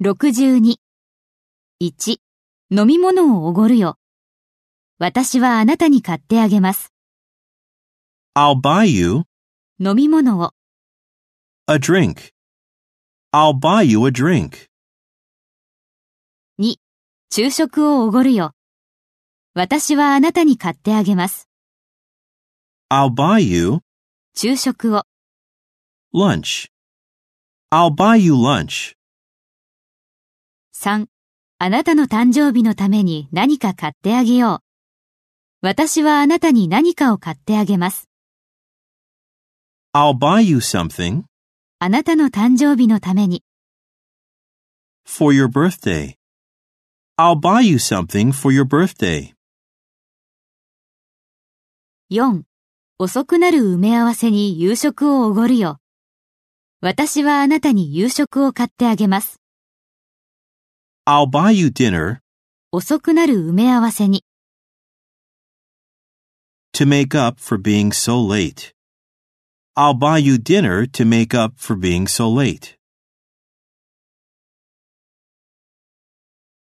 62。1、飲み物をおごるよ。私はあなたに買ってあげます。 I'll buy you 飲み物を。 a drink. I'll buy you a drink. 昼食をおごるよ。私はあなたに買ってあげます。 I'll buy you 昼食を。 lunch. I'll buy you lunch. 3. あなたの誕生日のために何か買ってあげよう。私はあなたに何かを買ってあげます。 I'll buy you something あなたの誕生日のために。 for your birthday. I'll buy you something for your birthday. 4. 遅くなる埋め合わせに夕食をおごるよ。私はあなたに夕食を買ってあげます。 I'll buy you dinner 遅くなる埋め合わせに。 to make up for being so late. I'll buy you dinner to make up for being so late.